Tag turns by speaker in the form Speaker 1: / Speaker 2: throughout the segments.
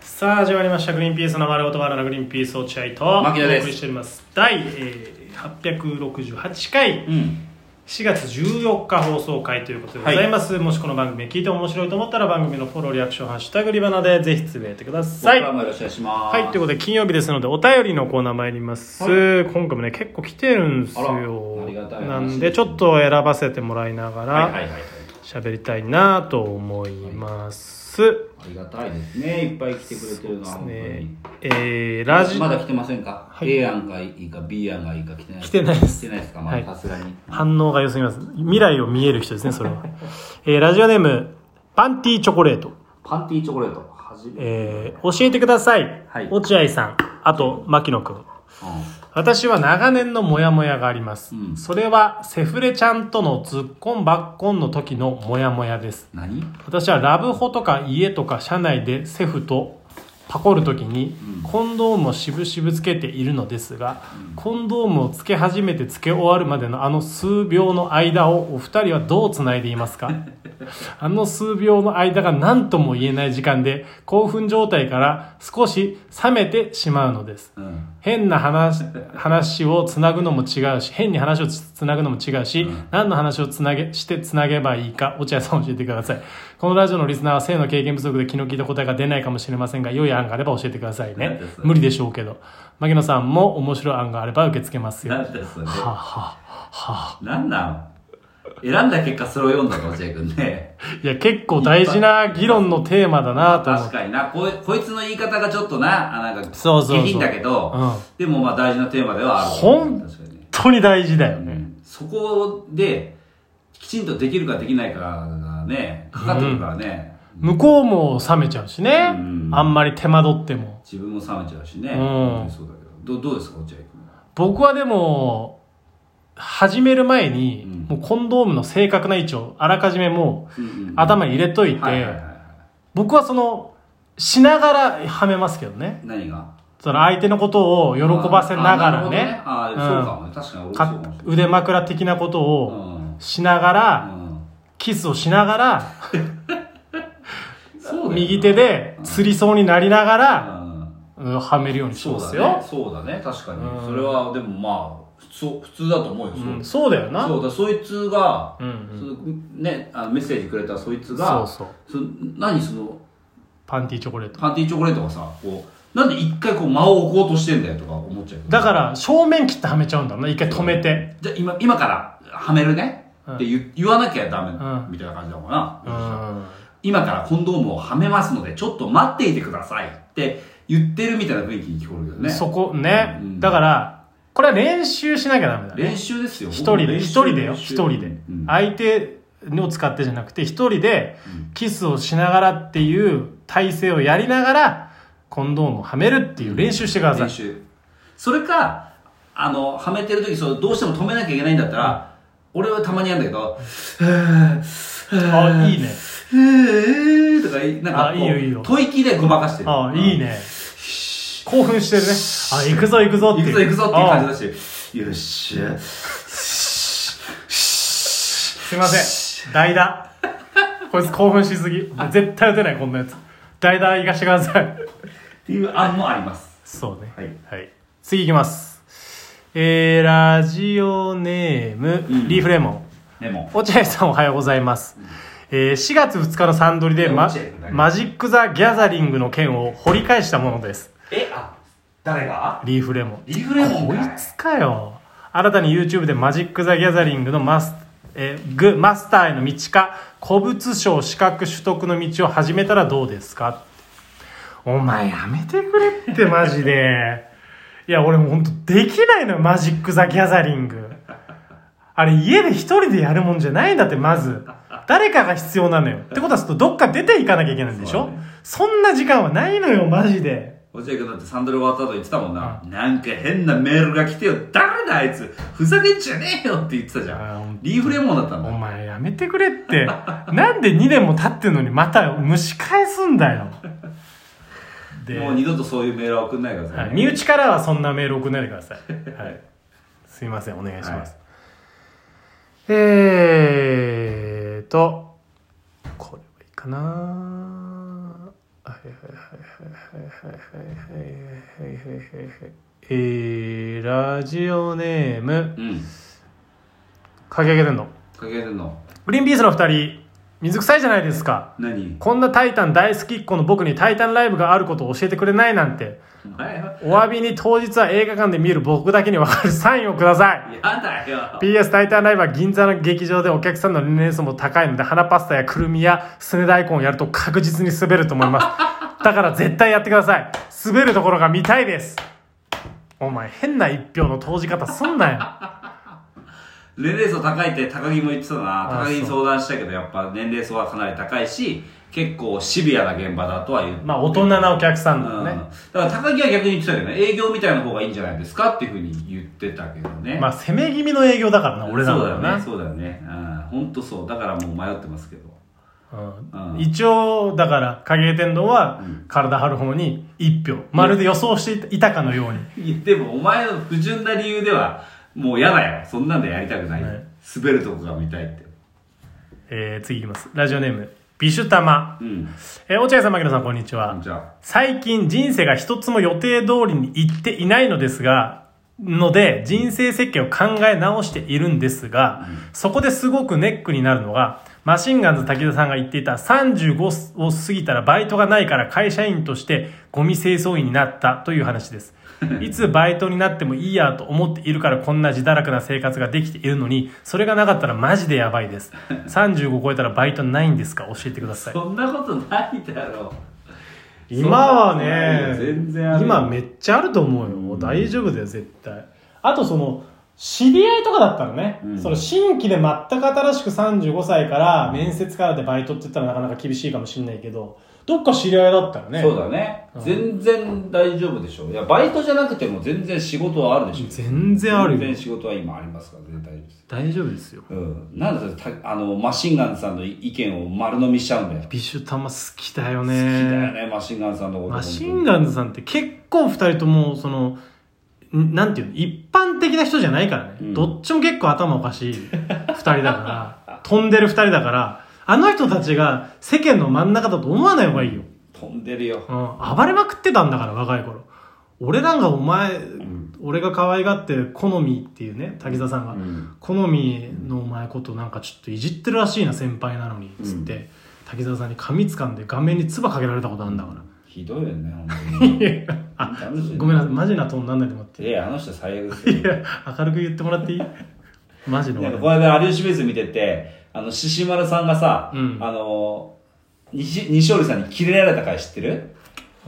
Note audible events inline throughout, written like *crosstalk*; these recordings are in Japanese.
Speaker 1: さあ始まりました「グリーンピースの丸ごとバナナグリーンピース落合」とお
Speaker 2: 牧野です
Speaker 1: 送りしております第、えー、868回
Speaker 2: うん
Speaker 1: 4月14日放送回ということでございます、もしこの番組聞いて面白いと思ったら番組のフォローリアクション「ハッシュタグリバナ」でぜひつぶやいてください
Speaker 2: 僕らもよろしくお願いします
Speaker 1: はいということで金曜日ですのでお便りのコーナー参ります、
Speaker 2: は
Speaker 1: 今回もね結構来てるんです
Speaker 2: あら
Speaker 1: よ
Speaker 2: ありがたい話です
Speaker 1: なんでちょっと選ばせてもらいなが
Speaker 2: はいはい
Speaker 1: ら
Speaker 2: はいはい
Speaker 1: 喋りたいなと思います、
Speaker 2: ありがたいですねいっぱい来てくれてるのは本当
Speaker 1: ね
Speaker 2: に
Speaker 1: えーラジ
Speaker 2: まだ来てませんか、
Speaker 1: い
Speaker 2: A 案がいいか B 案がいいか来てない
Speaker 1: 来てないです
Speaker 2: 来てないですかまだ
Speaker 1: はい
Speaker 2: さすがに
Speaker 1: 反応が良すぎます未来を見える人ですねそれは、
Speaker 2: *laughs*
Speaker 1: えーラジオネームパンティーチョコレート、
Speaker 2: パンティーチョコレート初めて、
Speaker 1: えー教えてください、
Speaker 2: はい
Speaker 1: 落合さんあと牧野くん
Speaker 2: う
Speaker 1: 私は長年のモヤモヤがあります、
Speaker 2: うん
Speaker 1: それはセフレちゃんとのズッコンバッコンの時のモヤモヤです
Speaker 2: ん、何
Speaker 1: 私はラブホとか家とか社内でセフとパコる時に
Speaker 2: うん
Speaker 1: コンドームをしぶしぶつけているのですが、コンドームをつけ始めてつけ終わるまでのあの数秒の間をお二人はどうつないでいますか
Speaker 2: *laughs*
Speaker 1: あの数秒の間が何とも言えない時間で興奮状態から少し冷めてしまうのです
Speaker 2: うん
Speaker 1: 変な話話をつなぐのも違うし変に話をつつなぐのも違うし、何の話をつなげしてつなげばいいか落合さん教えてくださいこのラジオのリスナーは性の経験不足で気の利いた答えが出ないかもしれませんが良い案があれば教えてください
Speaker 2: なん
Speaker 1: ね
Speaker 2: でそれ
Speaker 1: 無理でしょうけど牧野さんも面白い案があれば受け付けますよは
Speaker 2: 何だそれ
Speaker 1: あ、はあはあ、
Speaker 2: 何なん選んだ結果それを読んだか落合君ね
Speaker 1: いや結構大事な議論のテーマだなと思っ
Speaker 2: 確
Speaker 1: て
Speaker 2: かになこいこいつの言い方がちょっとなあなんか
Speaker 1: そうそうそう
Speaker 2: 下品だけど、
Speaker 1: うん
Speaker 2: でもまあ大事なテーマではある
Speaker 1: ほん
Speaker 2: 確かにね
Speaker 1: 本当に大事だよ
Speaker 2: う
Speaker 1: ね、
Speaker 2: んそこできちんとできるかできないかがねかかってくるからね、
Speaker 1: 向こうも冷めちゃうしね、
Speaker 2: うん
Speaker 1: あんまり手間取っても
Speaker 2: 自分も冷めちゃうしね、
Speaker 1: うん
Speaker 2: 本当にそうだけどどどうですか落合君
Speaker 1: 僕はでも始める前に、
Speaker 2: うん
Speaker 1: もうコンドームの正確な位置をあらかじめもう
Speaker 2: うんうん
Speaker 1: 頭に入れといて、
Speaker 2: はいはいはいはい
Speaker 1: 僕はそのしながらはめますけどね
Speaker 2: 何が
Speaker 1: その相手のことを喜ばせながらね
Speaker 2: あーなるほどねあー、そうかもね確かに俺そうか
Speaker 1: か
Speaker 2: もしれない
Speaker 1: 腕枕的なこと
Speaker 2: う
Speaker 1: を
Speaker 2: ん
Speaker 1: しながら、
Speaker 2: うん
Speaker 1: キスをしながら、
Speaker 2: そうだよな
Speaker 1: 右手で釣りそうになりなが
Speaker 2: う
Speaker 1: ら、
Speaker 2: ん
Speaker 1: うんはめるようにし
Speaker 2: そ
Speaker 1: ま
Speaker 2: うだ
Speaker 1: す
Speaker 2: ね
Speaker 1: よ。
Speaker 2: そうだね確かに、
Speaker 1: うん
Speaker 2: それはでもまあそう普通だと思うよ、
Speaker 1: うん
Speaker 2: そ
Speaker 1: そうだよ
Speaker 2: う
Speaker 1: な。
Speaker 2: そうだそいつが、
Speaker 1: うんうん
Speaker 2: そのねあのメッセージくれたそいつ
Speaker 1: そ
Speaker 2: が
Speaker 1: うそう。
Speaker 2: その何その
Speaker 1: パンティーチョコレート。
Speaker 2: パンティーチョコレートがさこうなんで一回こう間を置こうとしてんだよとか思っちゃうけど
Speaker 1: だから、正面切ってはめちゃうんだろうな。一回止めて。
Speaker 2: じゃあ今今からはめるね、
Speaker 1: うん
Speaker 2: って言言わなきゃダメ、
Speaker 1: うん
Speaker 2: みたいな感じだもんな、
Speaker 1: うん
Speaker 2: 今からコンドームをはめますのでちょっと待っていてくださいって言ってるみたいな雰囲気に聞こえるけどね
Speaker 1: そこね、
Speaker 2: うん
Speaker 1: だからこれは練習しなきゃダメだね
Speaker 2: 練習ですよ
Speaker 1: 一人で
Speaker 2: 練
Speaker 1: 一
Speaker 2: 習
Speaker 1: 人でよ
Speaker 2: 練
Speaker 1: 一
Speaker 2: 習
Speaker 1: 人で、
Speaker 2: うん
Speaker 1: 相手を使ってじゃなくて一人で
Speaker 2: うん
Speaker 1: キスをしながらっていう体勢をやりながらコンドームをはめるっていう練習してください、
Speaker 2: 練習それかあのはめてる時そうどうしても止めなきゃいけないんだったら、俺はたまにやるんだけど「
Speaker 1: あいいね
Speaker 2: へーとかい、なんか
Speaker 1: あ
Speaker 2: こう、
Speaker 1: いいよいいよ
Speaker 2: 吐息でごまかしてる。
Speaker 1: あいいね興奮してるねあ行くぞ行くぞ
Speaker 2: う
Speaker 1: っ
Speaker 2: ん。
Speaker 1: て
Speaker 2: 行
Speaker 1: いう
Speaker 2: くぞ行くぞっていう感
Speaker 1: あ
Speaker 2: じだし、よっしゃ。
Speaker 1: すいません代打こいつ興奮しすぎ絶対打てないこんなやつ代打行かしてください
Speaker 2: っていう案もあります。
Speaker 1: そうね。
Speaker 2: はい
Speaker 1: 次いきます。えー、ラジオネーム、
Speaker 2: うん
Speaker 1: リーフレモン。
Speaker 2: でも、
Speaker 1: 落合さんおはようございます。えー、4月2日のサンドリで、ま
Speaker 2: 落合君だね
Speaker 1: マジック・ザ・ギャザリングの件を掘り返したものです。
Speaker 2: え、あ、誰が
Speaker 1: リーフレモン。
Speaker 2: リフレモン
Speaker 1: こ
Speaker 2: か
Speaker 1: い
Speaker 2: い
Speaker 1: つかよ。新たに YouTube でマジック・ザ・ギャザリングのマス、えーグマスターへの道か、古物商資格取得の道を始めたらどうですかお前やめてくれ
Speaker 2: *laughs*
Speaker 1: ってマジで。いや、俺もうほんとできないのよ、マジック・ザ・ギャザリング。あれ家で一人でやるもんじゃないんだって、まず。誰かが必要なのよ。ってことはするとどっか出ていかなきゃいけないんでしょ
Speaker 2: そうだね
Speaker 1: そんな時間はないのよ、マジで。
Speaker 2: 落合君だってサンドル終わった後言ってたもんな。なんか変なメールが来てよ。誰だあいつ。ふざけんじゃねえよって言ってたじ
Speaker 1: あー
Speaker 2: ゃ
Speaker 1: ほん
Speaker 2: ん。
Speaker 1: と
Speaker 2: リーフレモンだったん
Speaker 1: お
Speaker 2: だ。
Speaker 1: 前やめてくれって。なんで2年も経ってんのにまた蒸し返すんだよ。で、
Speaker 2: もう二度とそういうメールは送んないから
Speaker 1: はい
Speaker 2: さ。
Speaker 1: 身内からはそんなメール送んないでください。はい、すいません、お願いします。
Speaker 2: は
Speaker 1: えーと、これはいいかなはいえー、ラジオネーム
Speaker 2: うん
Speaker 1: かき上げてんの
Speaker 2: かけてんの
Speaker 1: グリーンピースの二人水臭いじゃないですか
Speaker 2: 何
Speaker 1: こんな「タイタン」大好きっ子の僕に「タイタンライブ」があることを教えてくれないなんて
Speaker 2: はいは
Speaker 1: お詫びに当日は映画館で見る僕だけに分かる *laughs* サインをください
Speaker 2: いやだよ
Speaker 1: PS タイタンライブは銀座の劇場でお客さんの年齢層も高いので花パスタやくるみやすね大根をやると確実に滑ると思いますだ *laughs* から絶対やってください滑るところが見たいですお前変な一票の投じ方すんなよ
Speaker 2: 年齢層高いって高木も言ってたな
Speaker 1: あ
Speaker 2: 高木に
Speaker 1: そ
Speaker 2: 相談したけどやっぱ年齢層はかなり高いし結構シビアな現場だとは言う
Speaker 1: *laughs* まあ大人なお客さんだ
Speaker 2: う
Speaker 1: よ
Speaker 2: ん、
Speaker 1: ね、
Speaker 2: だから高木は逆に言ってたけどね営業みたいな方がいいんじゃないですかっていうふうに言ってたけどね
Speaker 1: まあ攻め気味の営業だからな俺ら
Speaker 2: そう
Speaker 1: の
Speaker 2: だよ
Speaker 1: な
Speaker 2: ねそうだよねうん本当そうだからもう迷ってますけど
Speaker 1: うん
Speaker 2: うん
Speaker 1: 一応だから影絵天丼は体張る方に1票まるで予想していたかのように
Speaker 2: いやでもお前の不純な理由ではもう嫌だよそんなんでやりたくない、
Speaker 1: はい
Speaker 2: 滑るとこが見たいって
Speaker 1: えー、次いきますラジオネームビシュタマ
Speaker 2: うん
Speaker 1: えー、落合さん牧野さんこんにちは、
Speaker 2: じゃあ
Speaker 1: 最近人生が一つも予定通りにいっていないのですがので人生設計を考え直しているんですが、そこですごくネックになるのがマシンガンズ滝田さんが言っていた35を過ぎたらバイトがないから会社員としてゴミ清掃員になったという話ですいつバイトになってもいいやと思っているからこんな自堕落な生活ができているのにそれがなかったらマジでやばいです35超えたらバイトないんですか教えてください
Speaker 2: そんなことないだろ
Speaker 1: 今はね
Speaker 2: そんなことないよ全然あるよ
Speaker 1: 今めっちゃあると思うよ、大丈夫だよ絶対あとその知り合いとかだったらね、
Speaker 2: うん
Speaker 1: その新規で全く新しく35歳から面接からでバイトって言ったらなかなか厳しいかもしれないけどどっか知り合いだったら
Speaker 2: う、
Speaker 1: ね
Speaker 2: そうだね、
Speaker 1: うん
Speaker 2: 全然大丈夫でしょいやバイトじゃなくても全然仕事はあるでしょ
Speaker 1: 全然あるよ
Speaker 2: 全然仕事は今ありますから全然大丈夫です
Speaker 1: 大丈夫ですよ
Speaker 2: うん、なんでそれたあのマシンガンズさんの意見を丸飲みしちゃうんだよ、
Speaker 1: ビシュ玉好きだよ
Speaker 2: 好き
Speaker 1: ね
Speaker 2: だよねマシンガンズさんのこと
Speaker 1: マシンガンズさんって結構2人ともそのんなんていうの一般的な人じゃないからね、
Speaker 2: うん
Speaker 1: どっちも結構頭おかしい2人だから *laughs* 飛んでる2人だからあの人たちが世間の真ん中だと思わない方がいいよ、
Speaker 2: 飛んでるよ
Speaker 1: うん、暴れまくってたんだから若い頃俺なんかお前、俺が可愛がってる好みっていうね滝沢さんが、
Speaker 2: うん
Speaker 1: 好みのお前ことなんかちょっといじってるらしいな先輩なのにつって、滝沢さんに噛みつかんで顔面に唾かけられたことあるん
Speaker 2: *laughs*
Speaker 1: だから
Speaker 2: ひどいよね本当に
Speaker 1: *laughs* あ
Speaker 2: 楽しい
Speaker 1: ごめんなさいマジなトーンになんないでもらっていい *laughs*
Speaker 2: えあの人最悪ですよ
Speaker 1: いや明るく言ってもらっていいマジの
Speaker 2: なんか
Speaker 1: 俺
Speaker 2: この間有吉ベース見ててあの獅子丸さんがさ、
Speaker 1: うん
Speaker 2: あの西西織さんにキレられた回知ってる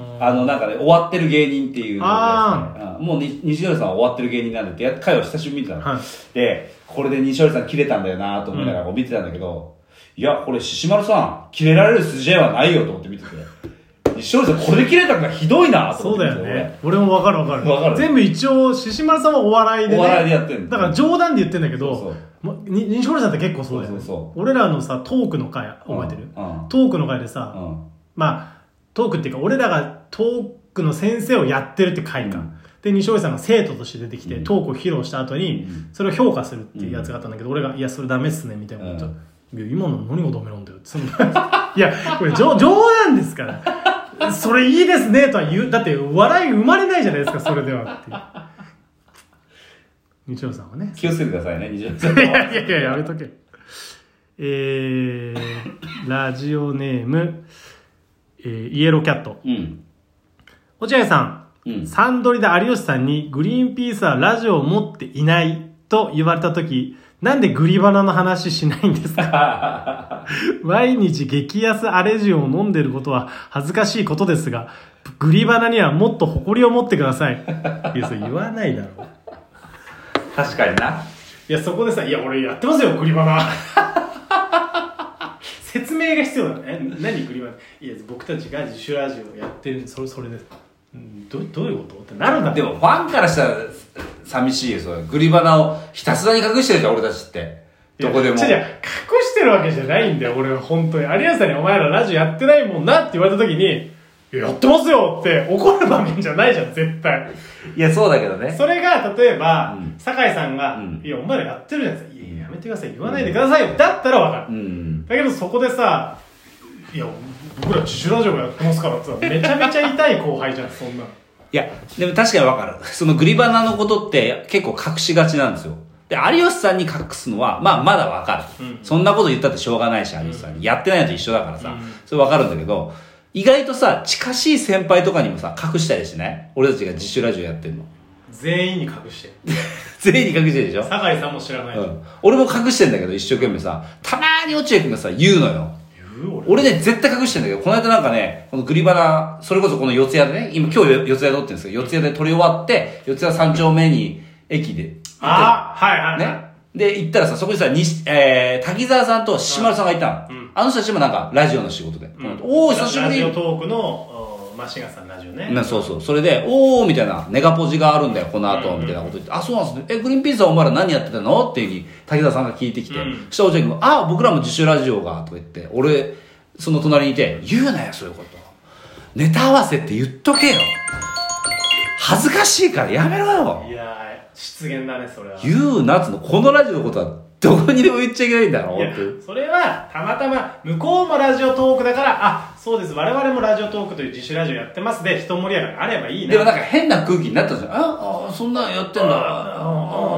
Speaker 1: うん
Speaker 2: あのなんかね終わってる芸人っていうので
Speaker 1: あ
Speaker 2: うんもうに西織さんは終わってる芸人なんでってや回を久しぶりに見てたの、
Speaker 1: はい
Speaker 2: でこれで西織さん切れたんだよなと思いながらこう見てたんだけど、いやこれ獅子丸さん切れられる筋合いはないよと思って見てて西織さんこれで切れたのがひどいなと
Speaker 1: そ
Speaker 2: 思
Speaker 1: う
Speaker 2: って
Speaker 1: だ
Speaker 2: 見て
Speaker 1: よ
Speaker 2: て
Speaker 1: ね俺も分かる分かる
Speaker 2: わかる
Speaker 1: 全部一応獅子丸さんはお笑いで、ね、
Speaker 2: お笑いでやってんの
Speaker 1: だから冗談で言ってんだけど
Speaker 2: そう
Speaker 1: もに西堀さんって結構そうだよね
Speaker 2: そうそう
Speaker 1: 俺らのさトークの回覚えてる、
Speaker 2: うんうん
Speaker 1: トークの回でさ、
Speaker 2: うん
Speaker 1: まあトークっていうか俺らがトークの先生をやってるって回か、で西堀さんが生徒として出てきて、
Speaker 2: うん
Speaker 1: トークを披露した後に
Speaker 2: うん
Speaker 1: それを評価するっていうやつがあったんだけど、俺が「いやそれダメっすね」みたいなこと、いや今の何がダメなんだよ」つんのいやこれ
Speaker 2: *laughs*
Speaker 1: 冗冗談ですからそれいいですねとは言うだって笑い生まれないじゃないですかそれではっていう西堀さんはね
Speaker 2: 気をつけてくださいね、西尾さん
Speaker 1: *laughs* い。やいやいや、やめとけ。えー、ラジオネーム、えーイエローキャット。
Speaker 2: うん。
Speaker 1: 落合さん、
Speaker 2: うん。
Speaker 1: サンドリで有吉さんにグリーンピースはラジオを持っていないと言われたとき、なんでグリバナの話しないんですか *laughs* 毎日激安アレジオンを飲んでることは恥ずかしいことですが、グリバナにはもっと誇りを持ってください。いや、それ言わないだろう。
Speaker 2: 確かにな。
Speaker 1: いや、そこでさ、いや、俺やってますよ、グリバ
Speaker 2: *laughs*
Speaker 1: ナ。説明が必要だね。え何グリバナ。いや、僕たちが自主ラジオをやってる、それ、それです。うんどどういうことってなるんだ
Speaker 2: で
Speaker 1: ろ
Speaker 2: も、ファンからしたら、寂しいよ、それ。グリバナをひたすらに隠してるじゃん、俺たちって。どこでも。
Speaker 1: 違う違う隠してるわけじゃないんだよ俺は本当に有吉さんに「お前らラジオやってないもんな」って言われた時に「いややってますよ」って怒る場面じゃないじゃん絶対
Speaker 2: いや、そうだけどね。
Speaker 1: それが例えば、
Speaker 2: うん
Speaker 1: 酒井さんが「
Speaker 2: うん
Speaker 1: いやお前らやってるじゃないですか」「いややめてください言わないでくださいよ」だったらわかる
Speaker 2: うん。
Speaker 1: だけどそこでさ「いや僕ら自主ラジオもやってますからって言ったらめちゃめちゃ痛い後輩じゃんそんなの
Speaker 2: いや、でも確かにわかる。そのグリバナのことって結構隠しがちなんですよ。で、有吉さんに隠すのは、まあ、まだわかる、
Speaker 1: うん
Speaker 2: そんなこと言ったってしょうがないし、有吉さんに。やってないのと一緒だからさ、
Speaker 1: うん
Speaker 2: それわかるんだけど、意外とさ、近しい先輩とかにもさ、隠したりしない俺たちが自主ラジオやってんの。
Speaker 1: 全員に隠して
Speaker 2: 全員に隠してるでしょ
Speaker 1: 酒井さんも知らない、
Speaker 2: うん。俺も隠してんだけど、一生懸命さ、たまーに落合君がさ、言うのよ。
Speaker 1: 言う俺
Speaker 2: 俺ね、絶対隠してんだけど、この間なんかね、このグリバナ、それこそこの四ツ谷でね、今今日よ四ツ谷で撮ってるんですけど、四ツ谷で撮り終わって、四ツ谷三丁目に、駅で、
Speaker 1: ああはいはい、
Speaker 2: ね。で、行ったらさ、そこにさ、にえー、滝沢さんと島丸さんがいたの。
Speaker 1: うん
Speaker 2: あの人たちもなんか、ラジオの仕事で。
Speaker 1: うん、
Speaker 2: おー、久しぶり
Speaker 1: ラジオトークのおマシンガンさんのラジオね
Speaker 2: なそうそう。それで、おーみたいな、ネガポジがあるんだよ、この後、みたいなこと言って、あ、そうなんですね。え、グリーンピースはお前ら何やってたのっていうふうに、滝沢さんが聞いてきて、
Speaker 1: うん
Speaker 2: そしたら落合君が、あ、僕らも自主ラジオが、とか言って、俺、その隣にいて、言うなよ、そういうこと。ネタ合わせって言っとけよ。恥ずかしいからやめろよ。
Speaker 1: いやー失言だねそれは
Speaker 2: 言うなっつうの、このラジオのことは、どこにでも言っちゃいけないんだろ
Speaker 1: いうや
Speaker 2: っていう。
Speaker 1: それはたまたま向こうもラジオトークだからあそうです我々もラジオトークという自主ラジオやってますで一盛り上がりあればいいな
Speaker 2: でもなんか変な空気になったんですよ。ああ、そんなのやってんだ。ああ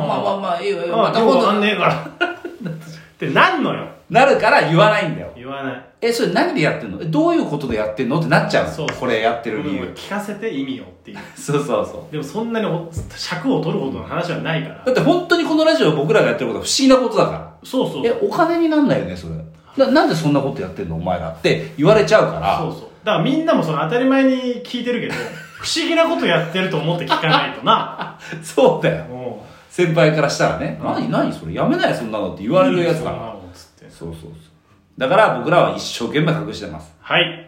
Speaker 2: まあまあまあ、いいよ、いいよ。ま
Speaker 1: あ
Speaker 2: た
Speaker 1: よく
Speaker 2: 今
Speaker 1: わかん
Speaker 2: 度。
Speaker 1: ねえから *laughs* ってなんのよ
Speaker 2: なるから言わないんだよ。
Speaker 1: 言わない
Speaker 2: え、それ何でやってんのえどういうことでやってんのってなっちゃうの
Speaker 1: そうそう
Speaker 2: これやってる理
Speaker 1: うん
Speaker 2: 由。
Speaker 1: 聞かせて意味をっていう
Speaker 2: *laughs* そうそうそ
Speaker 1: でもそんなにお尺を取るほどの話はないから
Speaker 2: う。だって本当にこのラジオ僕らがやってることは不思議なことだか
Speaker 1: そうそう
Speaker 2: ら。え、お金になんないよね、それ。な、なんでそんなことやってんのお前らって言われちゃうから。
Speaker 1: そうそうだからみんなもその当たり前に聞いてるけ
Speaker 2: *laughs*
Speaker 1: ど不思議なことやってると思って聞かないとな
Speaker 2: そうだよ。
Speaker 1: もう
Speaker 2: 先輩からしたらね、何何それやめないそんなのって言われるやつ
Speaker 1: そん
Speaker 2: だ
Speaker 1: な
Speaker 2: か
Speaker 1: のつって
Speaker 2: ら。そうそうそう。だから僕らは一生懸命隠してます。
Speaker 1: はい